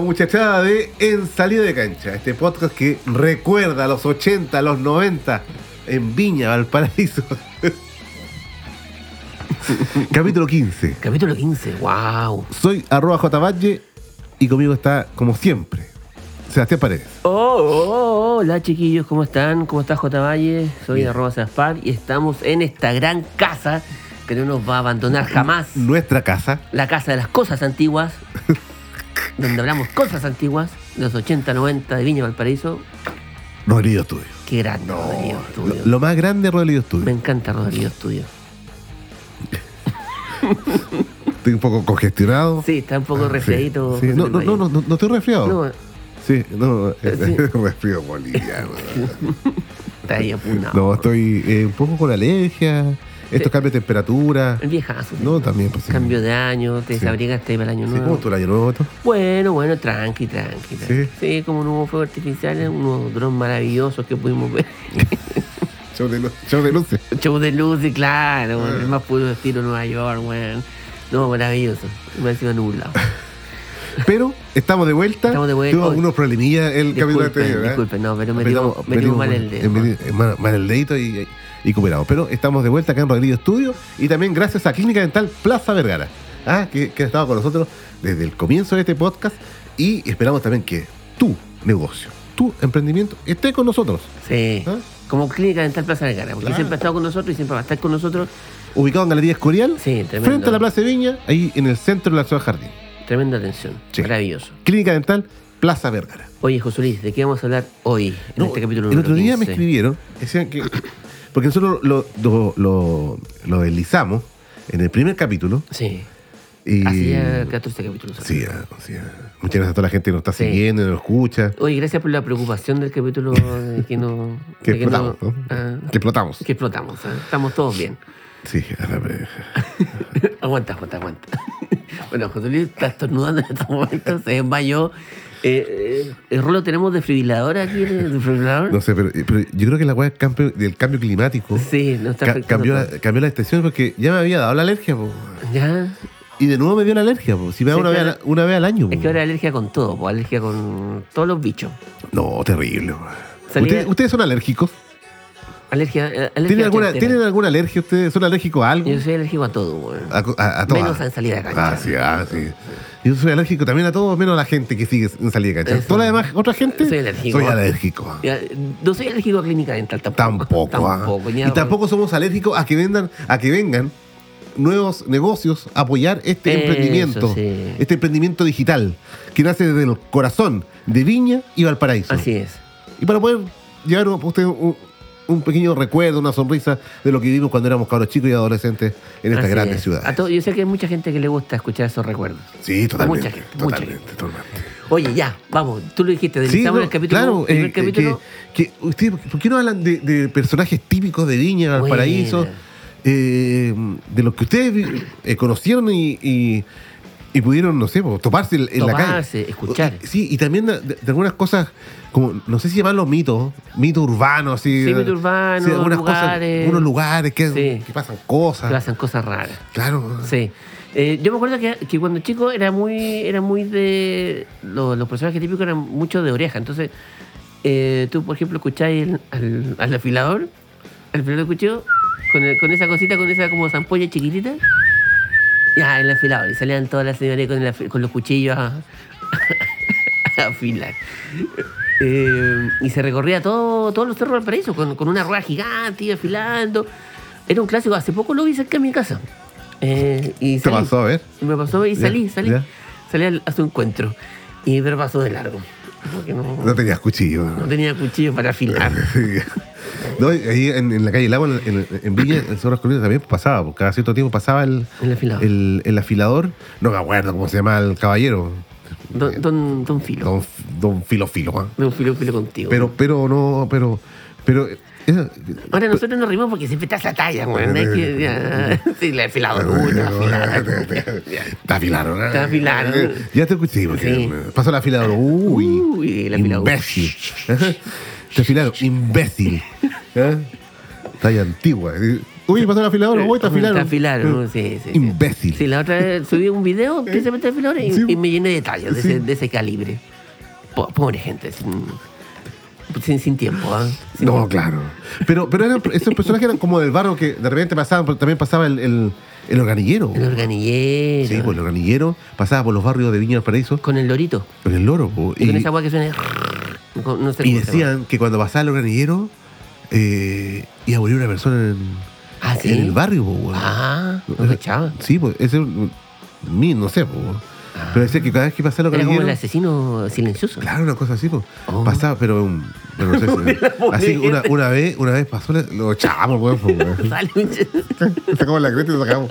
muchachada de En Salida de Cancha, este podcast que recuerda a los 80, a los 90 en Viña, Valparaíso. Capítulo 15. Capítulo 15, wow. Soy arroba J. Valle y conmigo está, como siempre, Sebastián Paredes. Oh, oh, oh, hola chiquillos, ¿cómo están? ¿Cómo está J. Valle? Soy Bien. arroba Zaspar y estamos en esta gran casa que no nos va a abandonar jamás. Nuestra casa. La casa de las cosas antiguas, donde hablamos cosas antiguas, de los 80, 90 de Viña Valparaíso. Rodrigo Studio. Qué grande Rodrigo Lo, Estudio. lo más grande es Rodrigo Studio. Me encanta Rodrigo Estudio. Estoy un poco congestionado. Sí, está un poco resfriadito. Ah, Sí. José No, no, Luis no, no, Valle. no, no estoy resfriado. No, Sí, no, Eh, Sí. resfriado boliviano. está ahí apuntado. No, estoy eh, un poco con alergia, estos cambios de temperatura. El viejazo. No, también, pues, sí. Eh, Cambio de año, te Sí. desabrigaste para el año Sí, nuevo. ¿Cómo estuvo el año nuevo esto? Bueno, bueno, tranqui, tranqui. tranqui. Sí. ¿Sí? como no hubo fuego artificial, unos drones maravillosos que pudimos ver. Show de, lu- show de luces. Show de luz, y claro, bueno, el más puro estilo Nueva York, weón. No, maravilloso. Me ha sido nublado. Pero estamos de vuelta. Estamos de vuelta Tuvo hoy. algunos problemillas el capítulo anterior. Disculpen, ¿eh? disculpen, no, pero metimos, Apretamos- metimos mal metimos- el dedo. eh, meti- eh, mal, mal el dedito y, y cooperamos. Pero estamos de vuelta acá en Rodrigo Estudio y también gracias a Clínica Dental Plaza Vergara, ah, que, que ha estado con nosotros desde el comienzo de este podcast y esperamos también que tu negocio, tu emprendimiento esté con nosotros. Sí. ¿Ah? Como clínica dental Plaza de Cara, porque Claro. siempre ha estado con nosotros y siempre va a estar con nosotros. Ubicado en Galería Escorial, Sí, tremendo. frente a la Plaza de Viña, ahí en el centro de la ciudad Jardín. Tremenda atención. Sí. Maravilloso. Clínica Dental Plaza Vergara. Oye, José Luis, ¿de qué vamos a hablar hoy en No, este capítulo el número otro día me 15? escribieron, decían que. Porque nosotros lo, lo, lo- lo deslizamos en el primer capítulo. Sí. Y, Hacía 14 capítulos. Sí, ah, sí, ah. Muchas gracias a toda la gente que nos está Sí. siguiendo, nos escucha. Oye, gracias por la preocupación del capítulo de que no. Que de que no- explotamos, ¿no? ah, Que explotamos. que explotamos. ah, Estamos todos bien. Sí, a la vez. aguanta, aguanta, aguanta. bueno, José Luis está estornudando en estos momentos, se desmayó. Eh, eh, el rolo tenemos desfibrilador aquí, el desfibrilador. No sé, pero, pero yo creo que la weá del cambio, del cambio climático sí, no está ca- afectando cambió, todo. la, cambió las estaciones porque ya me había dado la alergia, po. Ya. Y de nuevo me dio la alergia, po. Si me da Sí, una, es que vez, al- ahora- una vez al año, po. Es que ahora hay alergia con todo, pues, alergia con todos los bichos. No, terrible, po. Salí- ¿Ustedes, ustedes son alérgicos? Alergia, eh, alergia ¿Tienen alguna, entera. ¿Tienen alguna alergia? ¿Ustedes son alérgicos a algo? Yo soy alérgico a todo, pues. weón. A, co- a- a todas. Menos en salida de cancha. Ah, sí, ah, sí. Yo soy alérgico también a todos, menos a la gente que sigue en salida de cancha. Eso. Toda la demás, otra gente. Soy alérgico. Soy alérgico. Ya, No soy alérgico a clínica dental tampoco. Tampoco. ah. ni Y a- tampoco somos alérgicos a que vendan, a que vengan nuevos negocios a apoyar este Eso, emprendimiento. sí. Este emprendimiento digital que nace desde el corazón de Viña y Valparaíso. Así es. Y para poder llevar a usted un, un pequeño recuerdo, una sonrisa de lo que vivimos cuando éramos cabros chicos y adolescentes en estas Así grandes es. ciudades. A todo- yo sé que hay mucha gente que le gusta escuchar esos recuerdos. Sí, totalmente. Mucha gente, mucha totalmente, totalmente. Oye, ya, vamos, tú lo dijiste, Sí, deslizamos no, el capítulo, claro, primer eh, capítulo. Que, que usted, ¿Por qué no hablan de, de personajes típicos de Viña, Valparaíso? Buena. Eh, de los que ustedes vi- eh, conocieron y, y- y pudieron, no sé, po, toparse en, en la calle. Toparse, escuchar. Y- Sí, y también de, de algunas cosas, como no sé si llamarlo mitos, mito urbano, así. eh, Sí, mito urbano, algunas cosas, lugares. unos lugares que, Sí. que ah. pasan cosas. Que hacen cosas raras. Claro. Sí. Eh, yo me acuerdo que, que cuando chico era muy era muy de. lo- los personajes típicos eran mucho de oreja. Entonces, eh, tú, por ejemplo, escucháis el- al, al afilador, al afilador de cuchillo, con, el- con esa cosita, con esa como zampolla chiquitita. Ya, el afilador. Y salían todas las señoras con, el afi- con los cuchillos ah, a, a afilar. Eh, y se recorría todo, todos los cerros del paraíso con, con una rueda gigante y afilando. Era un clásico. Hace poco lo vi cerca de mi casa. Eh, y ¿Te salí. pasó a ver? Y me pasó y Ya, salí, salí. ya. Salí al- a su encuentro. Y pero pasó de largo. Porque no, No tenías cuchillo. no tenía cuchillo para afilar. Sí. No, y ahí en, en la calle Lago, en, en, en Villa, en Cerro Escondido también pasaba, porque cada cierto tiempo pasaba el, El afilador. el- el afilador. No me acuerdo cómo se llama el caballero. Don, don, don Filo. Don, don Filo Filo. ¿ah? Don Filo, Filo contigo. Pero, pero no, pero. pero eh, esa- Ahora nosotros nos rimos porque siempre está esa talla, güey. ¿no? Es que, ya, sí, la afilador uno, afilador. ya. Te afilaron, ¿ah? Te afilaron. Ya te escuché, porque Sí. pasó el afilador. Uy, Uy, el afilador. imbécil. Te afilaron, imbécil. ¿Ah? Talla ¿Eh? antigua. Uy, pasó el afilador, uy, te afilaron. Te afilaron, sí, sí, sí. Mm. Imbécil. ¿Eh? Sí, la otra vez subí un video precisamente de afiladores y, Sí. y me llené de detalles de, Sí. ese, de ese calibre. Po- Pobre gente, sin, sin, sin tiempo. ¿ah? Sin No, tiempo. claro. Pero, pero eran, esos personajes eran como del barro que de repente pasaban, pero también pasaba el, el, el organillero. El organillero. Sí, pues el organillero pasaba por los barrios de Viña del Paraíso Con el lorito. con el loro. po, Y, con y- esa agua que suena. con- No sé Y cómo se llama. decían que cuando pasaba el organillero eh, iba a morir una persona en, ¿Ah, sí? en el barrio. po, weón. Ah, no cachaba. Sí, pues ese mí, no sé. po, weón. Ah. Pero decía que cada vez que pasaba el Era como el organillero. asesino silencioso. Claro, una cosa así, pues. Oh. Pasaba, pero, um, pero no sé, pobre así una, gente. una vez, una vez pasó, la- lo echamos, weón, po, weón. Sale un- Sacamos la creta y lo sacamos.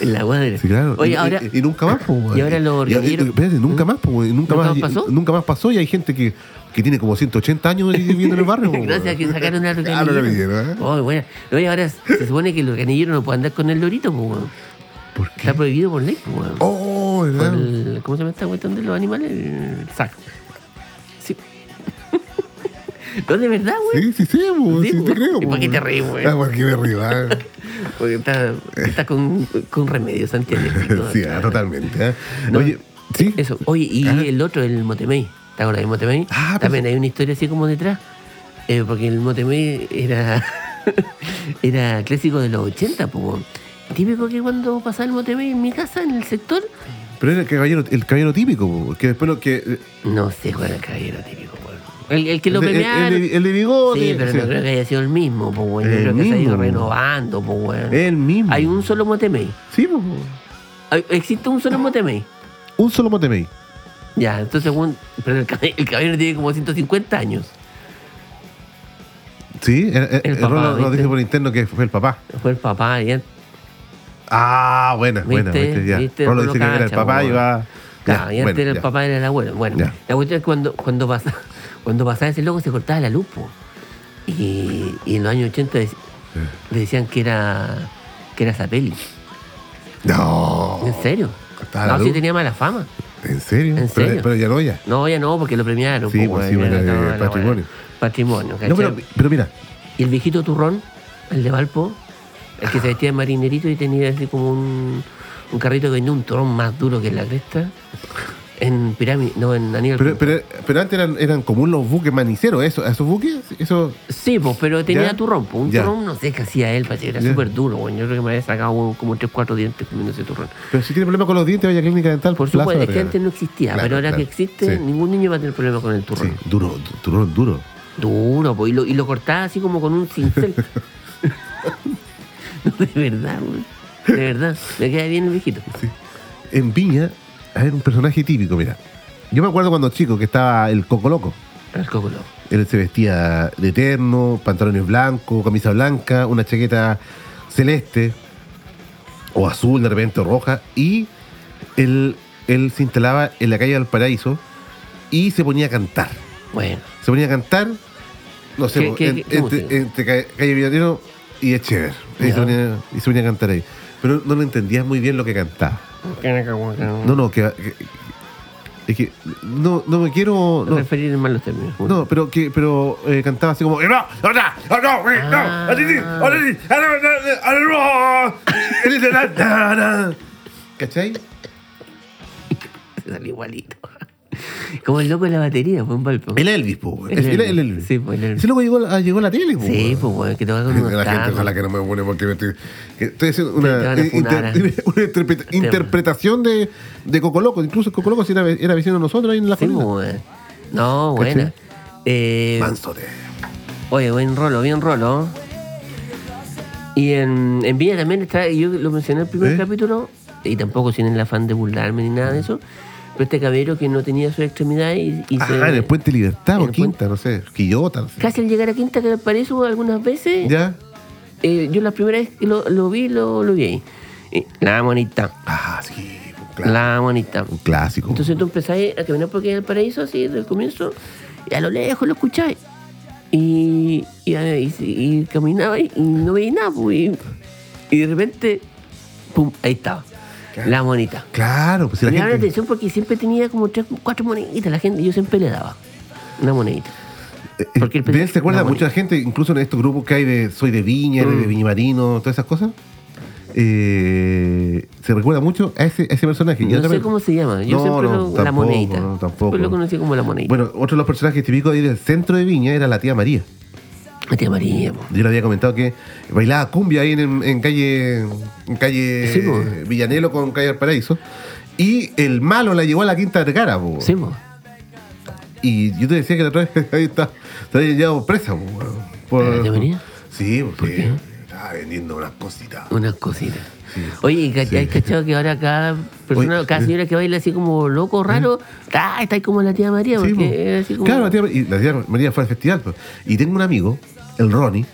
en la madre. Sí, claro. Oye, y, ahora. y- y nunca más, po, weón. y ahora los Y- y- organilleros- espérate, nunca más, po, weón, nunca, ¿Nunca más, más pasó? Nunca más pasó y hay gente que, que tiene como 180 años y- viviendo en el barrio. po, weón. Gracias a que sacaron al Ah, lo organillero. organillero, ¿eh? Oh, bueno. Oye, ahora se supone que el organillero no puede andar con el lorito, pues, weón. ¿Por qué? Está prohibido por ley, pues, weón. Oh, Por ¿verdad? el- ¿Cómo se llama esta cuestión de los animales? El sac. Sí. no, de verdad, güey. Sí, sí, sí, po, Sí, sí, po. te creo. ¿Y po, por qué te weón. reís, weón? Ah, porque me río, ah. Porque está, está con, con remedio, Santiago. Sí, ah, totalmente. ah. No. Oye, sí. Eso. Oye, y Ajá. el otro, el Motemey. ¿Te acuerdas del Motemey? Ah, pues- También hay una historia así como detrás. Eh, porque el Motemey era, era clásico de los 80, pues. weón. Típico que cuando pasaba el Motemey en mi casa, en el sector, Pero era el caballero, el caballero típico, po, que después lo que. no sé, juega el caballero típico, weón. El, el que El lo de, el- premiaron. el de- el de bigote. Sí, pero sí. no creo que haya sido el mismo, pues, weón. Yo El creo que se ha ido mismo. renovando, pues, weón. El mismo. Hay un solo Motemey. Sí, po. Hay- Existe un solo Motemey. Un solo Motemey. Ya, entonces, weón, pero el, cab- el caballero tiene como 150 años. Sí, el, el- El el papá, Rolo nos ¿viste? dice por interno que fue el papá. Fue el papá, ya. Ah, buena, buena. ¿Viste? ¿viste? Ya. ¿Viste? Rolo Rolo dice que era el cacha, papá y po. va. Claro, y ya, antes bueno, era el ya. papá era el abuelo. Bueno, Ya. la cuestión es cuando, cuando, pasa, cuando pasaba ese loco se cortaba la luz, po. Y, y en los años 80 dec- le decían que era que era Zapelli. No. ¿En serio? Oh, cortaba la No, sí luz. tenía mala fama. ¿En serio? ¿En Pero- serio? Pero, ya no, ya. No, ya no, porque lo premiaron. Sí, po, pues, weón, sí, ya bueno, no, eh, no, no, bueno. patrimonio. Patrimonio, ¿cachai? No, pero, pero mira, Y el viejito turrón, el de Valpo, el que se vestía de marinerito y tenía así como un, un carrito que venía un turrón más duro que la cresta. En pirámide, no, en Aníbal. pero, Pinto. pero, pero antes eran, eran común los buques maniceros, eso, esos buques, eso. Sí, pues, pero tenía ¿Ya? turrón. pues, un Ya. turrón, no sé qué hacía él, parece que era Ya. súper duro. weón. Yo creo que me había sacado weón, como 3, 4 dientes comiendo ese turrón. Pero si tiene problemas con los dientes, vaya a clínica dental, Por Plaza supuesto, es que Vergara. antes no existía, Claro, pero ahora que claro. existe, Sí. ningún niño va a tener problema con el Sí, turrón. duro, du- turrón, duro. Duro, pues, y lo, y lo cortaba así como con un cincel. No, de verdad, weón. De verdad, le queda bien el viejito. En Viña hay un personaje típico, mira. Yo me acuerdo cuando chico que estaba el Coco Loco. El coco loco. Él se vestía de eterno, pantalones blancos, camisa blanca, una chaqueta celeste o azul, de repente o roja. Y él, él se instalaba en la calle del Paraíso y se ponía a cantar. Bueno, Se ponía a cantar, no sé, ¿Qué- po, qué- en- qué entre, música? entre Ca- Calle Villatino y Echever. Y Ya. se, ponía, y se ponía a cantar ahí. Pero no lo entendías muy bien lo que cantaba. No, no, no, que. que- es que. No, no me quiero. no. No, Referir en malos términos. weón. no, pero que pero eh, cantaba así como. "Eh, ¡No! ¡No! ¡No! ¡No! eh, ¡No! Ah. así, sí, así, sí, ah, no, no, no, ah, no, él dice, "Na, na, na". ¿Cachai? Se salió igualito. Como el loco de la batería, fue un palpo. El Elvis, po. weón. Es- El, el Elvis. Sí, pues el Elvis. Ese loco llegó, a- llegó a la tele, po. Sí, weón. pues, weón, que toca con unos La gente, tacos. ojalá que no me pone porque me estoy. que Estoy haciendo Te una, eh, van a funar, Este inter- una interpreta- interpretación de, de Coco Loco. Incluso Coco Loco sí era, era vecino de nosotros ahí en la Sí, pues, colina. weón. No, ¿Cachai? buena. Eh, Manso de- oye, buen rolo, bien rolo. Y en, en Villa también está, y yo lo mencioné en el primer ¿Eh? capítulo, y tampoco sin el afán de burlarme ni nada de eso, pero este caballero que no tenía su extremidad y, y se- Ajá, Ah, en el Puente Libertad en o el Quinta, no sé, Quillota, no sé. Casi al llegar a Quinta que Paraíso algunas veces, ¿Ya? eh, yo la primera vez que lo, lo vi, lo, lo vi ahí. Eh, la monita, Ah, sí, un clásico. la monita. Un clásico. Entonces tú empezáis a caminar por aquí en el paraíso, así, desde el comienzo, y a lo lejos lo escucháis. Y, y, y- y caminabais y no veías nada, pues, y, y de repente, pum, ahí estaba, Claro. la monita. claro, pues si la Me llama la gente. atención porque siempre tenía como tres, cuatro moneditas la gente, y yo siempre le daba una monedita. Eh, Porque el de él se acuerda no, mucha gente, incluso en estos grupos que hay de Soy de Viña, eres Mm. de Viña Marino, todas esas cosas. eh, se recuerda mucho a ese, a ese personaje. Y No otra sé vez- cómo se llama. Yo No, siempre no, lo, la tampoco, monedita. no, tampoco. Siempre lo conocí como la monedita. Bueno, otro de los personajes típicos ahí del centro de Viña era la tía María. La tía María, po. Yo le había comentado que bailaba cumbia ahí en, en calle, en calle Sí, pues. po. Villanelo con calle Paraíso. Y el malo la llevó a la Quinta Vergara, pues. po. Sí, po. Y yo te decía que la otra vez ahí está, te había llevado presa, po, weón. ¿A la tía María? Sí, porque qué? estaba vendiendo unas cositas. Unas cositas. Oye, ¿y ca- ¿has cachado que ahora cada persona, Oye, cada eh. señora que baila así como loco, raro, ah, está ahí como la tía María, Sí, porque po. es así como. Claro, la tía, y la tía María fue al festival. po. Y tengo un amigo, el Ronnie.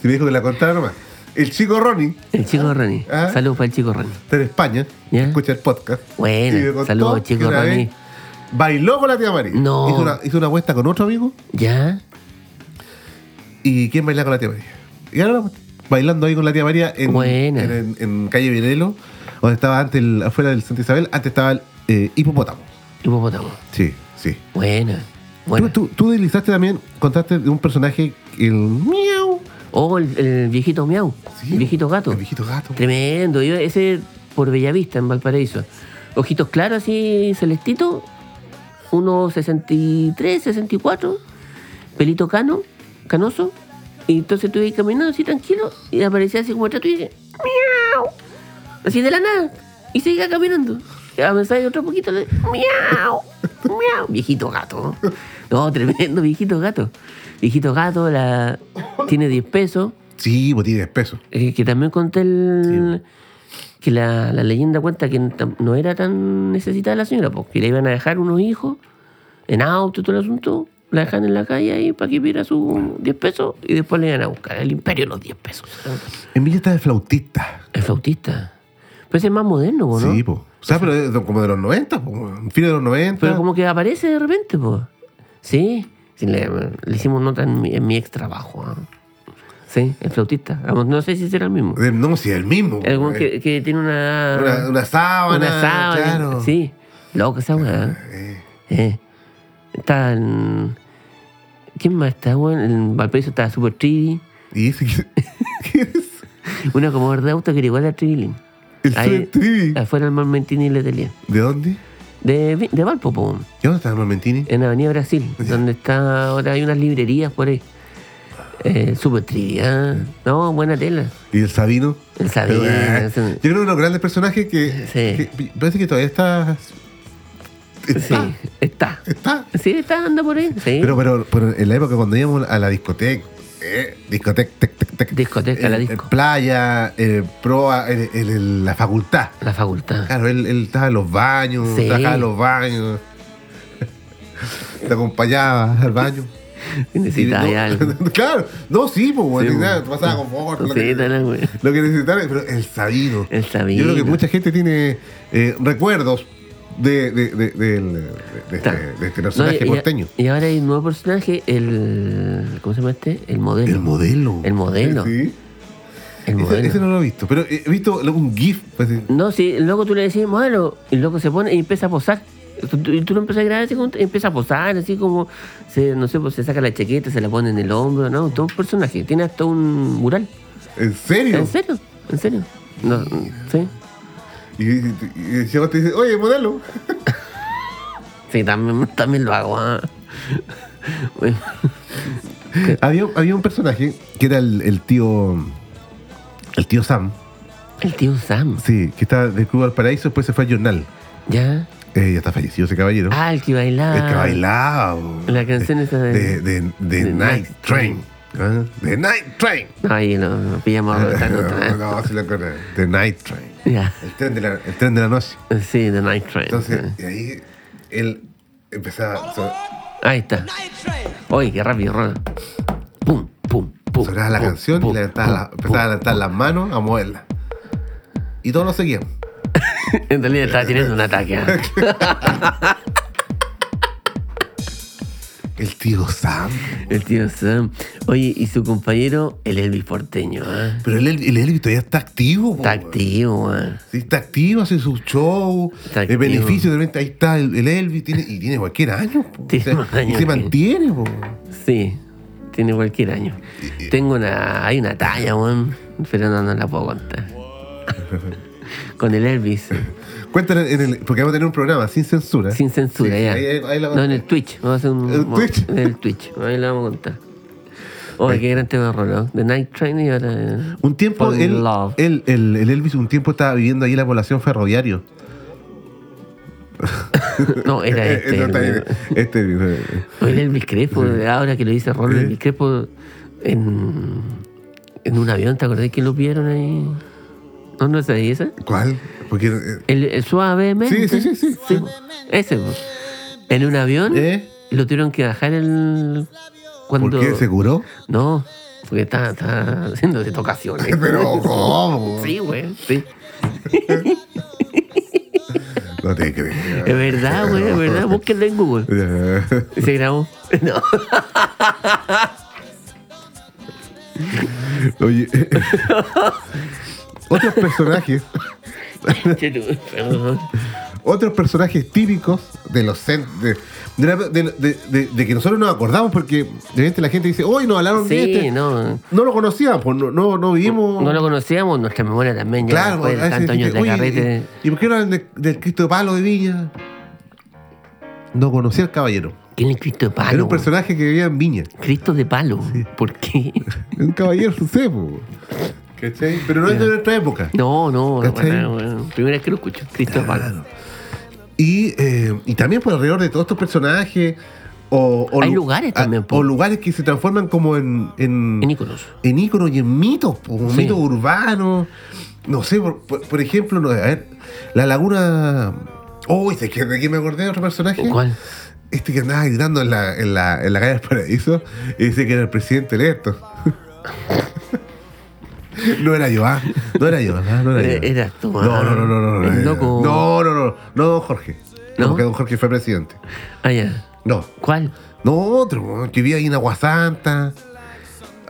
que me dijo que la contara nomás. El chico Ronnie El chico Ronnie. Ah. Saludos para el chico Ronnie. está en España, ¿Ya? escucha el podcast. Bueno, y me contó saludos, que chico una Ronnie. vez Bailó con la tía María. No. Hizo una, hizo una apuesta con otro amigo. ¿Ya? ¿Y quién bailaba con la tía María? Y ahora bailando ahí con la tía María en, Buena. en, en- en calle Virelo, donde estaba antes, el- afuera del Santa Isabel, antes estaba el eh, hipopótamo. Hipopótamo. Sí, sí. Buena. Bueno. Tú, tú- tú deslizaste también, contaste de un personaje, el miau. Oh, el, el viejito miau. Sí, el viejito gato. El viejito gato. Tremendo. Yo ese por Bellavista, en Valparaíso. Ojitos claros así, celestito. Unos 63, 64. Pelito cano, canoso. Y entonces tú ibas caminando así tranquilo y aparecía así como atrás tuyo y dice, miau. Así de la nada. Y seguía caminando. Y Avanzaba y otro poquito le miau, miau. Viejito gato. No, tremendo, viejito gato. Viejito gato, la tiene 10 pesos. Sí, pues tiene peso. Eh, que también conté el, que la, la leyenda cuenta que tam- no era tan necesitada la señora, porque le iban a dejar unos hijos en auto y todo el asunto, la dejan en la calle ahí para que viera sus 10 pesos y después le iban a buscar el imperio los 10 pesos. Emilia está de flautista. El flautista. Pero ese es más moderno, po, ¿no? Sí, pues. O sea, pero es como de los 90, pues. Fines de los 90. Pero como que aparece de repente, pues. Sí, sí, le, le hicimos nota en mi, en mi ex trabajo. ¿ah? Sí, el flautista. Vamos, No sé si será el mismo. Eh, No, si es el mismo. El weón pues. que, que tiene una... Una, una sábana. Una sábana. Claro. Sí. Loco esa weá. Eh, Eh. Está en- ¿Quién más está, weón? En Valparaíso está Super Trivi. Y ese que- ¿Qué es? Una como de auto que era igual a Trivilín. El Ahí- Sweet Trivi. Afuera del Marmentini y Letelier. ¿De dónde? De, Vi- de Valpo, po, weón. ¿Y dónde está Normantini? en Avenida Brasil, donde está ahora hay unas librerías por ahí. Eh, Super Trivi, ah. No, buena tela. ¿Y el Sabino? El Sabino, Eh, ese- Yo creo que uno de los grandes personajes que, Sí. que- Parece que todavía está. Sí, Está. está. Está. Sí, está, anda por ahí. Sí. Pero, pero, pero en la época cuando íbamos a la discoteca, eh, discoteca, tec, tec, tec, Discoteca, la en- disco. en playa, eh, proa, en, en- en la facultad. La facultad. Claro, él, él estaba en los baños, Sí. trabajaba en los baños. Te acompañaba al baño. Necesitaba Y- no, algo. claro, no, sí, pues, bueno, Sí, ni pues. nada, tú pasabas confort, lo, Sí, que, tal, weón. lo que necesitara, pero el Sabino. El Sabino. Yo creo que mucha gente tiene eh, recuerdos de, de, de- del- de- de este, Claro. de este personaje No, y- y- porteño. Y, ahora hay un nuevo personaje, el. ¿Cómo se llama este? El modelo. El modelo. El modelo. Sí. Ese- El modelo. Ese, no lo he visto, pero he visto luego un GIF. pues, eh, No, sí, el loco tú le decís modelo, y el loco se pone y empieza a posar. Tú- tú- Y tú lo empiezas a grabar así como- y empieza a posar, así como, se, no sé, pues se saca la chaqueta, se la pone en el hombro, ¿no? Todo un personaje. Tiene hasta un mural. ¿En serio? ¿En serio? ¿En serio? No, sí. Y, y, y el chavo te dice, oye, modelo. Sí, también, también lo hago. ah. Bueno, había, había un personaje que era el, el tío. El tío Sam. El tío Sam, Sí, que está de Club al Paraíso, después se fue al Jornal. ¿ya? Eh, ya está fallecido ese caballero. Ah, el que bailaba. El que bailaba. bo. La canción esa de- De, de- de de Night Night Train. ¿Ah? De Night Train. Ay, no, no pillamos a Roberto, no, no, no, sí lo encontré. The Night Train. Ya. El tren de la, el tren de la noche. Sí, The Night Train. Entonces, y ahí él empezaba. so- Ahí está. Oye, qué rápido, Rola. Pum, pum, pum. sonaba la pum, canción y pum, le levantaba pum, la- empezaba a levantar las manos a moverla. Y todos lo seguían. pum. En realidad ¿eh? estaba teniendo un ataque. ¿ah? El tío Sam. El tío Sam. Oye, y su compañero, el Elvis Porteño. ¿ah? Pero el, Elvis- el Elvis todavía está activo. po, Está weón. activo, ¿eh? weón. Sí, está activo, hace su show. Está El activo. beneficio de repente, ahí está el, el Elvis tiene, y tiene cualquier año. po. Tiene más y años se que- mantiene. po. Sí, tiene cualquier año. Tengo una. Hay una talla, weón. Pero no, no la puedo contar. Con el Elvis. Cuéntanos, en el- porque vamos a tener un programa sin censura. Sin censura, Sí, ya. ahí- ahí- ahí la- no, en el Twitch. Vamos a hacer un. ¿El vamos- Twitch? En el Twitch. Ahí la vamos a contar. Oye, qué gran tema de reloj. The Night Train y ahora. eh, Un tiempo, Fall in él, Love. él- el, el Elvis un tiempo estaba viviendo ahí en la población ferroviario. No, era Eh, este. eh, no, está el- bien, este, eh, O el Elvis Crespo, ahora que lo dice Rolo, el Elvis Crespo en, en un avión, ¿te acordás que lo vieron ahí? ¿No, no es ahí esa? ¿Cuál? Porque, eh, El, el suavemente. Sí, sí, sí, sí. po. Ese, po. En un avión, ¿Eh? lo tuvieron que bajar el. ¿Por Cuando. qué se curó? No, porque estaba, estaba haciendo tocaciones. Pero, ¿cómo? Sí, güey, sí. No te creo. Es verdad, güey, es verdad. Búsquenlo en Google. ¿Se grabó? No. Oye. Otros personajes, Perdón. otros personajes típicos de los cen- de, de, la- de- de- de- de que nosotros nos acordamos porque de repente la gente dice, hoy nos hablaron de Sí, este. No. no. lo conocíamos, pues, no, no, no vivimos. No lo conocíamos, nuestra memoria también. Ya Claro, ah, a después de veces tantos años dijiste, de "Oye, carrete. ¿y- ¿Y por qué hablan de- del Cristo de Palo de Viña? No conocía al caballero. ¿Quién es Cristo de palo? Era un güey? personaje que vivía en Viña. Cristo de palo. ¿Por qué? Un caballero, no sé, po. ¿Cachai? Pero no es de nuestra época. No, no, ¿Cachai? bueno, bueno, primera vez que lo escucho. Cristo de palo. Claro. Y, eh, y también por alrededor de todos estos personajes. O, o Hay lu- lugares también, po. O lugares que se transforman como en. En, En íconos. en íconos y en mitos, po, como Sí. mitos urbanos. No sé, por, por- por ejemplo, no, a ver, la laguna. Uy, ¿de qué, de qué me acordé de otro personaje? ¿Cuál? Este que andaba gritando en la, en la, en la calle del paraíso y dice que era el presidente electo. No era yo, ¿ah? No era yo, ¿ah? No era yo. Eras tú, No, ah. no, no, no, no. No, El era yo. loco. no, no, no. No, don Jorge. No, ¿No? porque don Jorge fue presidente. Ah, ya. No. ¿Cuál? No, otro, weón, que vivía ahí en Aguasanta.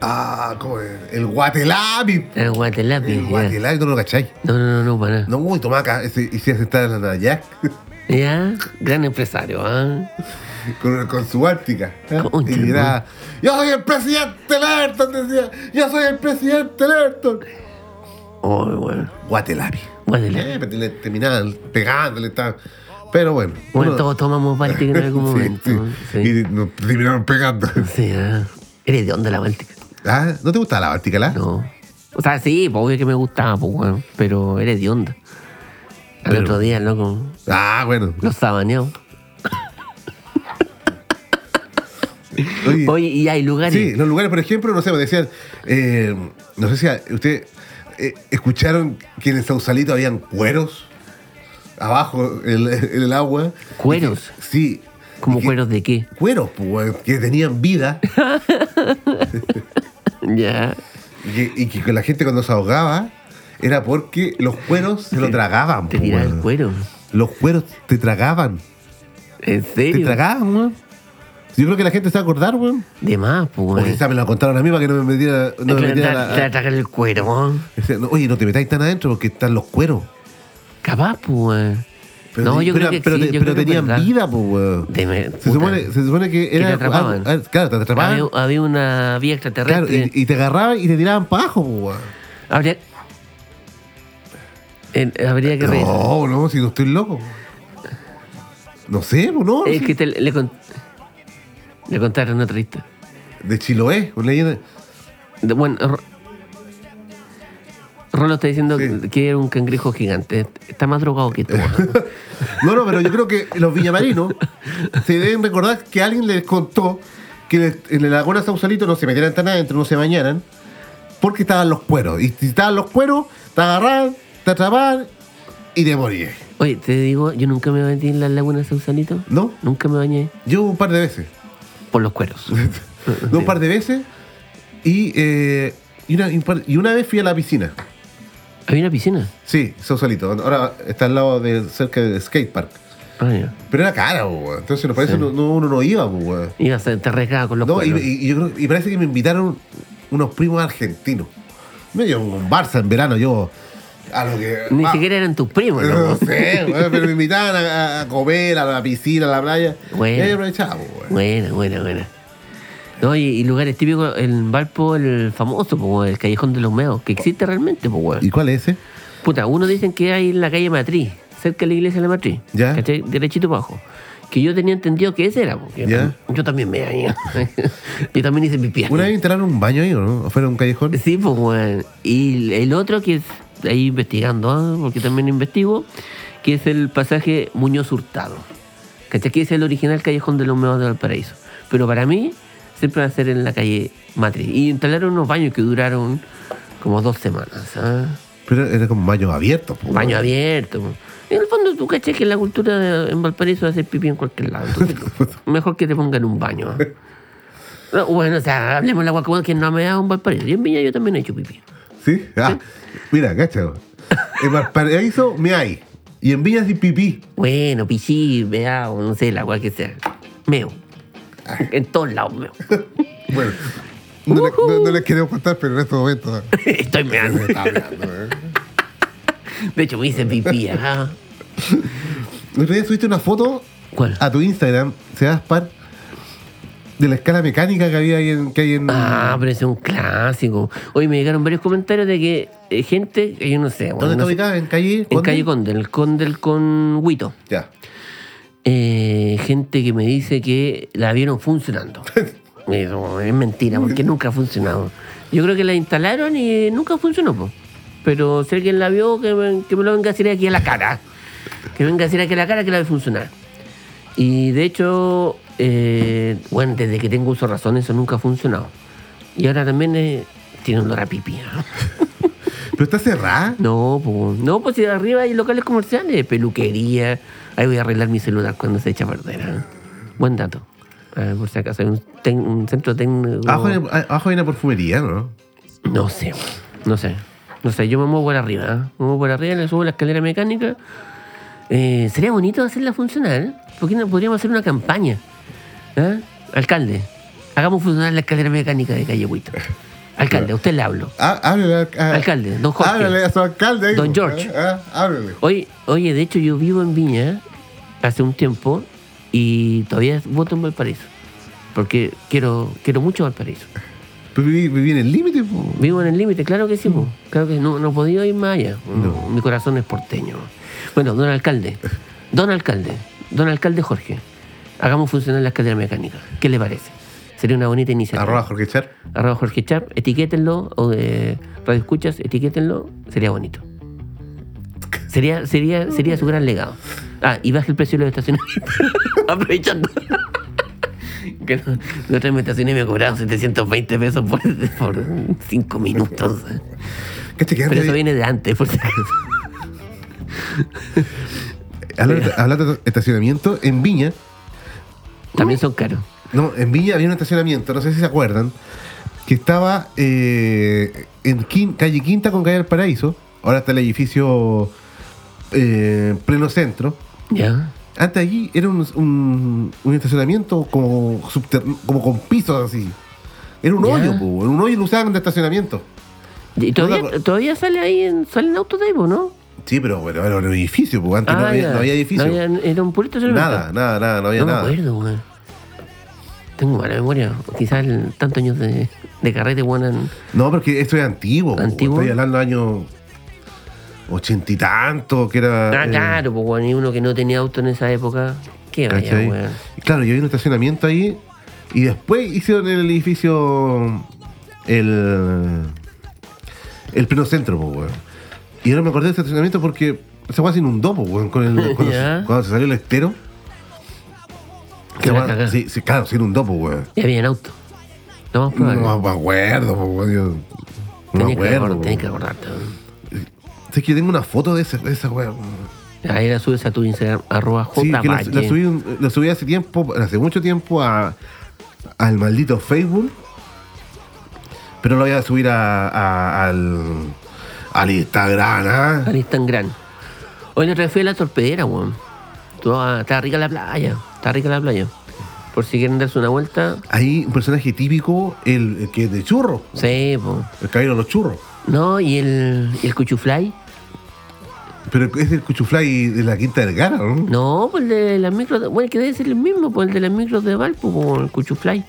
Ah, ¿cómo es? El Guatelapi. El Guatelapi. El ya. Guatelapi, no lo cacháis. No, no, no, no, para nada. No, uy, tomaba acá. Y se sentaba en la Nayac Ya, gran empresario, ¿ah? con, con su óptica. ¿eh? Concha, Y era, yo soy el presidente Lerton, decía, yo soy el presidente Lerton. Oh, bueno. Guatelapi. Guatelapi. Eh, pero le terminaban pegándole, tal. Pero bueno. Bueno, uno- todos tomamos parte en algún Sí, momento. sí. Sí, Y nos terminaron pegando. Sí, ah. Eres de onda la Báltica. ¿Ah? ¿No te gustaba la Báltica, la? No. O sea, sí, pues, obvio que me gustaba, pues, weón, pero eres de onda. Al Pero- otro día, loco, Ah, bueno. los sabaneados. Oye, Oye, y hay lugares. Sí, los lugares, por ejemplo, no sé, me decían, eh, no sé si a- usted eh, escucharon que en el Sausalito habían cueros abajo en, en el agua. ¿Cueros? Sí. ¿Como Y que- cueros de qué? cueros pues, weón, que tenían vida Ya. y que, y que la gente cuando se ahogaba era porque los cueros se lo tragaban. Te pues, tiraba el weón. cuero. Los cueros te tragaban. ¿En Te serio? tragaban, weón. Yo creo que la gente se va a acordar, weón. De más, pues, O weón. quizá me lo contaron a mí para que no me metiera, no me Te metiera tra- te la- atracan el cuero, weón. Decía, no, Oye, no te metáis tan adentro porque están los cueros. Capaz, pues, weón. Pero no, te- yo pero- creo que pero sí, te- yo pero creo que es tenían verdad. vida, pues, weón. De me- Se puta. supone, se supone que te era. atrapaban. ah, ah, claro, te atrapaban. Había, había una vía claro, extraterrestre. y, y te agarraban y te tiraban para abajo, pues, weón. Habría... en- habría que reír. No, no, si no estoy loco. No sé, pues, no. Es sí. que te- le, con- le contaron otra historia. De Chiloé, una leyenda. De- bueno, Ro- Rolo está diciendo Sí. que era un cangrejo gigante. Está más drogado que tú. No, no, pero yo creo que los villamarinos se deben recordar que alguien les contó que les- en la laguna Sausalito no se metieran tan adentro, no se bañaran, porque estaban los cueros. Y si estaban los cueros, te agarraban, te atrapaban y te morías. Oye, te digo, yo nunca me bañé en la laguna de Sausalito. ¿No? Nunca me bañé Yo un par de veces. por los cueros. Ah, No, un par de veces. Y, eh, y, una, y un par- y una vez fui a la piscina. Había una piscina. Sí, Sausalito. Ahora está al lado de cerca del skatepark. Ah, ya. Pero era cara, po, weón. Entonces nos parece Sí. no, no- uno no iba, po, weón. Iba a ser te arriesgaba con los No, y, cuernos. y- y yo creo- y parece que me invitaron unos primos argentinos. Medio un Barça en verano, yo. A lo que. Ni ah, siquiera eran tus primos, ¿no? No sé, weón, pero me invitaban a, a comer, a la piscina, a la playa. Bueno. Y ahí aprovechaba, po, weón. Buena, buena, buena. No, y, y lugares típicos, en Valpo, el famoso, po, weón, el Callejón de los Meos, que existe realmente, pues, weón. ¿Y cuál es ese? Puta, uno dicen que hay en la calle Matriz, cerca de la iglesia de la Matriz. Ya. ¿Cachai? Derechito para abajo. Que yo tenía entendido que ese era, porque Ya. yo también me dañé. yo también hice mi Una vez instalaron un baño ahí, ¿o ¿no? ¿O fuera un callejón? Sí, pues, weón. Y el otro que es ahí investigando, ah, porque también investigo, que es el pasaje Muñoz Hurtado. ¿Cachai? Que es el original callejón de los meos de Valparaíso. Pero para mí, siempre va a ser en la calle Matriz. Y instalaron unos baños que duraron como dos semanas. ¿ah? Pero era como baño abierto, po, Baño weón. abierto. po. En el fondo, tú cachai que la cultura de- en Valparaíso hace pipí en cualquier lado. Entonces, mejor que te pongan un baño. ¿ah? No, bueno, o sea, hablemos la guacabuena que no me da un Valparaíso. Yo en Villa yo también he hecho pipí. ¿Sí? Ah, mira, cacha, weón. En Valparaíso me hay. Y en Villas y pipí. Bueno, pichí, meao, no sé, la weá que sea. Meo. Ah. En todos lados, meo. Bueno, no, le- no- no les queremos contar, pero en estos momentos. Estoy meando. Está hablando, ¿eh? De hecho, me hice pipí, ¿ah? ajá. El otro día subiste una foto ¿Cuál? a tu Instagram, Sebastián, de la escala mecánica que había ahí en. Que hay en Ah, pero ese es un clásico. Hoy me llegaron varios comentarios de que eh, gente, que yo no sé, bueno, ¿Dónde está no sé, ubicada? ¿En calle? En Conde? calle Condel, el Condel con Huito. Ya. Eh, gente que me dice que la vieron funcionando. Eso es mentira, porque nunca ha funcionado. Yo creo que la instalaron y nunca funcionó. po. Pero si alguien la vio, que me, que me lo venga a decir aquí a la cara. Que venga a decir aquí a la cara que la ve funcionar. Y de hecho, eh, bueno, desde que tengo uso de razón, eso nunca ha funcionado. Y ahora también eh, tiene olor a pipí. ¿no? ¿Pero está cerrada? No, pues, no, pues si arriba hay locales comerciales, peluquería. Ahí voy a arreglar mi celular cuando se echa a perder. ¿eh? Buen dato. Ah, por si acaso hay un, tec- un centro técnico. Abajo, hay- abajo hay una perfumería, ¿no? No sé, no sé. No sé, yo me muevo por arriba. ¿eh? Me muevo por arriba, le subo la escalera mecánica. Eh, sería bonito hacerla funcionar. ¿Por qué no podríamos hacer una campaña? ¿Eh? Alcalde, hagamos funcionar la escalera mecánica de Calle Huito. Alcalde, a usted le hablo. Ah, háblale a- a- Alcalde, don Jorge. Háblale a su alcalde. ahí, Don po, George. ah, ah, háblale. Oye, oye, de hecho yo vivo en Viña hace un tiempo y todavía voto en Valparaíso. Porque quiero, quiero mucho Valparaíso. Pero viví, viví en el límite, pues. po. Vivo en el límite, claro que sí, po. claro que no, no he podido ir más allá. Mi corazón es porteño. Bueno, don alcalde, don alcalde, don alcalde Jorge, hagamos funcionar la escalera mecánica. ¿Qué le parece? Sería una bonita iniciativa. Arroba Jorge Char. Arroba Jorge Chap, etiquétenlo, o de Radio Escuchas, etiquétenlo, sería bonito. Sería, sería, sería su gran legado. Ah, y baje el precio de los estacionamientos. Aprovechando. que no- la otra vez me estacioné y me cobraron 720 pesos por, por 5 minutos. Cacha, que Pero antes eso había- viene de antes, por si acaso. hablando, hablando de estacionamiento, en Viña, También son caros. no, en Viña había un estacionamiento, no sé si se acuerdan, que estaba eh, en Quin- calle Quinta con calle del Paraíso. Ahora está el edificio eh, pleno centro. ¿Ya? Antes allí era un, un- un estacionamiento como, subter- como con pisos así. Era un Ya. hoyo, po, era un hoyo y lo usaban de estacionamiento. Y No todavía, la- todavía sale ahí, en, sale en Autodebo, ¿no? Sí, pero bueno, era un edificio, po, antes no, Ah, había, ya. no había edificio. No había- era un purito nada, nada, nada, no había No me nada. acuerdo, weón. Tengo mala memoria. Quizás el- tantos años de, de carrete, weón. han- No, porque esto es antiguo. po, ¿Antiguo? Estoy hablando de años ochenta y tanto, que era. Ah, eh, claro, pues, weón. Y uno que no tenía auto en esa época. Qué vaya, ¿cachai? weón. Y claro, yo vi un estacionamiento ahí y después hicieron el edificio. El. El pleno centro, pues, weón. Y ahora me acordé de ese estacionamiento porque esa weá se inundó, pues, weón, con el- cuando, Ya. se, cuando se salió el estero. Que Esa la weá- cagá. sí, sí, claro, se inundó, pues, weón. Y había en auto. Lo más probable. No me acuerdo, pues, weón. yo- No me Tenía que, acuerdo. acordar, po, tenía que weón. acordarte, weón. Es que yo tengo una foto de esa, de esa weá. weón. Ahí la subes a tu Instagram, arroba Sí, J que la, la subí, un- la subí hace tiempo, hace mucho tiempo a, al maldito Facebook. Pero lo voy a subir a, a- al, al Instagram, ¿ah? Al Instagram. Hoy la otra vez fui a la torpedera, weón. Toda- está rica la playa. Está rica la playa. Por si quieren darse una vuelta. Hay un personaje típico, el, el que es de churro, Sí, po. el caballero de los churros. No, y el, y el cuchufly. Pero es del Cuchufly de la Quinta del Gara, ¿no? No, pues el de las micros. de- Bueno, que debe ser el mismo, pues el de las micros de Valpo, po, el cuchufly.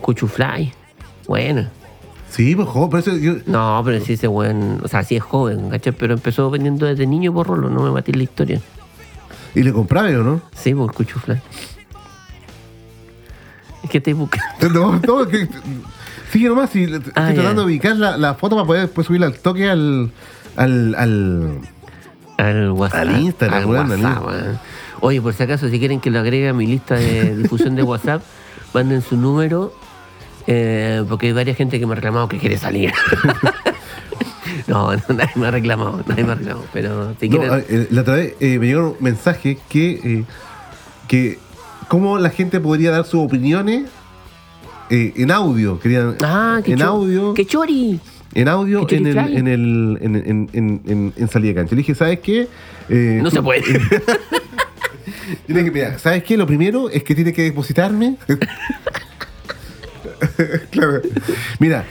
Cuchufly. Bueno. Sí, pues joven, por eso yo. No, pero sí ese weón, o sea, sí es joven, ¿cachai? Pero empezó vendiendo desde niño por rolo, no me batí la historia. Y le compraba yo, ¿no? Sí, por cuchufla. Es que estoy buscando. No, no, es que- Sigue nomás, si estoy Ah, ya. tratando de ubicar la, la foto para poder después subirla al toque al. al. al Al WhatsApp. Al Instagram, al weón, al WhatsApp, weón. Oye, por si acaso, si quieren que lo agregue a mi lista de difusión de WhatsApp, manden su número, eh, porque hay varias gente que me ha reclamado que quiere salir. no, no, nadie me ha reclamado, nadie me ha reclamado, pero si No, quieren... a- eh, la otra vez eh, me llegó un mensaje que, eh, que cómo la gente podría dar sus opiniones eh, en audio. Querían, Ah, qué en, cho- audio, ¡Qué chori! en audio, qué en el, choriflay. en el, en, en, en, en- en salida de cancha. Le dije, ¿sabes qué? Eh, No tú- se puede. yo le dije, mira, ¿sabes qué? Lo primero es que tiene que depositarme. claro. Mira,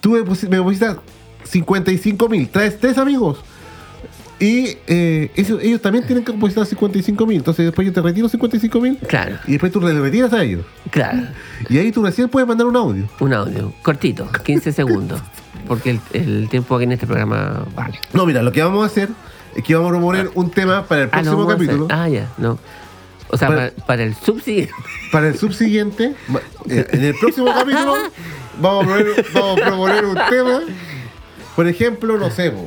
tú deposi- me depositas 55 mil, traes tres amigos. Y eh, eso- ellos también tienen que depositar 55 mil. Entonces después yo te retiro 55 mil Claro, y después tú le retiras a ellos. claro. Y ahí tú recién puedes mandar un audio. Un audio, cortito, 15 segundos. Porque el, el tiempo aquí en este programa vale. No, mira, lo que vamos a hacer es que vamos a proponer un tema para el Ah, no, próximo vamos a hacer- capítulo. Ah, ya, no. O sea, Para- para, para el subsiguiente. Para el subsiguiente, va- eh, en el próximo capítulo, vamos a, proponer, vamos a proponer un tema. Por ejemplo, no sé, po,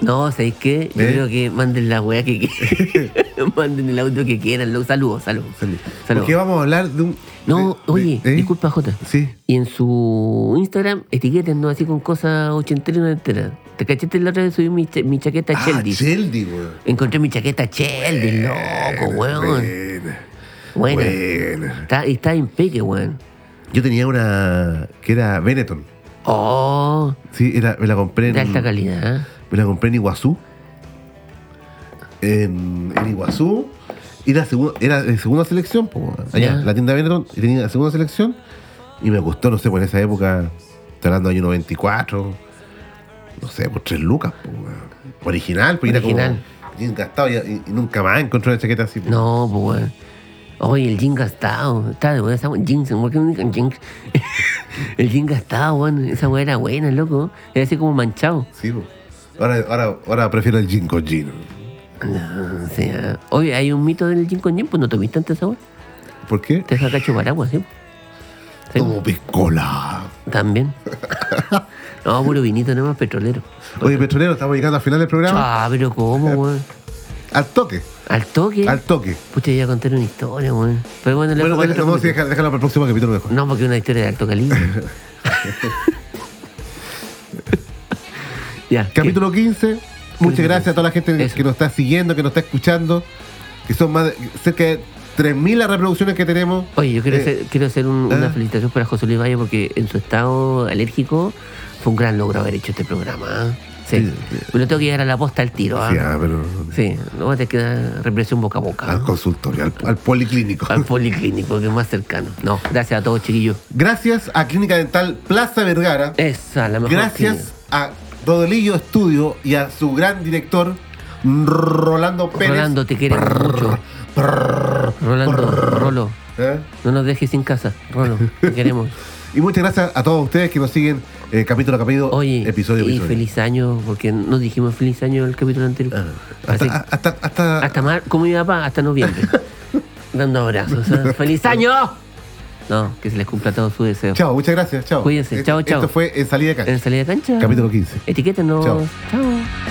No, ¿sabéis qué? Yo ¿Eh? creo que manden la weá que quieran. manden el audio que quieran. lo- Saludos, saludos. Saludos. porque vamos a hablar de un. No, de- oye, de- ¿eh? disculpa, Jota. Sí. Y en su Instagram, etiquetennos así con cosas ochenteras y noventeras. ¿Te cachaste la otra vez? Subí mi, cha- mi chaqueta Ah, Cheldi. Cheldi, weón. Encontré mi chaqueta Cheldi, loco, weón. Buena, Bueno, buena. está, está en peque, weón. Yo tenía una que era Benetton. Oh, Sí, era, me la compré en. de alta calidad. Me la compré en Iguazú. En, en Iguazú. Y era, segu- era de segunda selección, po, weón. allá, Ya. la tienda Benetton tenía la segunda selección. Y me costó, no sé, por esa época, estoy hablando de año 94, no sé, por tres lucas, po, weón. Original, pues Original. era como bien gastado y, y- y nunca más encontré una chaqueta así. po. No, pues weón. Oye, el jean gastado. Está de buena esa weón. Jeans, ¿por qué me dicen jeans? El jean gastado, weón. Esa weón era buena, loco. Era así como manchado. Sí, po. ahora, ahora, ahora prefiero el jean con jean. No, o sea, oye, hay un mito del jean con jean, pues no te viste antes esa weón. ¿Por qué? Te saca hecho paraguas, ¿sí? Sí, Como piscola. También. No, puro vinito, nada más petrolero. Oye, petrolero, estamos llegando al final del programa. Ah, pero ¿cómo, weón? Al toque, Al toque. al toque. Pucha, ya conté una historia, weón. Pero bueno, le Bueno, voy a déjalo, contar vamos a dejar- déjalo para el próximo capítulo mejor. No, porque es una historia de alto calibre. ya. ¿qué? Capítulo 15. Muchas gracias a toda la gente Eso. que nos está siguiendo, que nos está escuchando. Que son más de, cerca de 3.000 las reproducciones que tenemos. Oye, yo quiero Eh, hacer, quiero hacer un- ah. una felicitación para José Luis Valle porque en su estado alérgico fue un gran logro haber hecho este programa. ¿ah? Sí. Sí, Pero tengo que llegar a la posta al tiro. ¿ah? Sí, ah, pero Sí, no vas a tener que dar represión boca a boca. al ¿no? consultorio, al, al policlínico. Al policlínico, que es más cercano. No, gracias a todos, chiquillos. Gracias a Clínica Dental Plaza Vergara. Esa, la Eh, mejor. Gracias a Rodelillo Estudio y a su gran director, Rolando clínica. Pérez. Rolando, te queremos mucho. Rolando, Rolo, ¿Eh? no nos dejes sin casa. Rolo, te queremos. Y muchas gracias a todos ustedes que nos siguen eh, capítulo a capítulo, Oye, episodio a y episodio. feliz año, porque nos dijimos feliz año el capítulo anterior. Ah, Así, hasta, ah. hasta, hasta, hasta mar, como mi papá, hasta noviembre. dando abrazos. ¿ah? ¡Feliz año! No, que se les cumpla todo su deseo. Chao, muchas gracias. Chao. Cuídense, Esto- chao, chao. Esto fue En Salida de Cancha. En salida de cancha. Capítulo 15. Etiquétenos. Chao. Chao.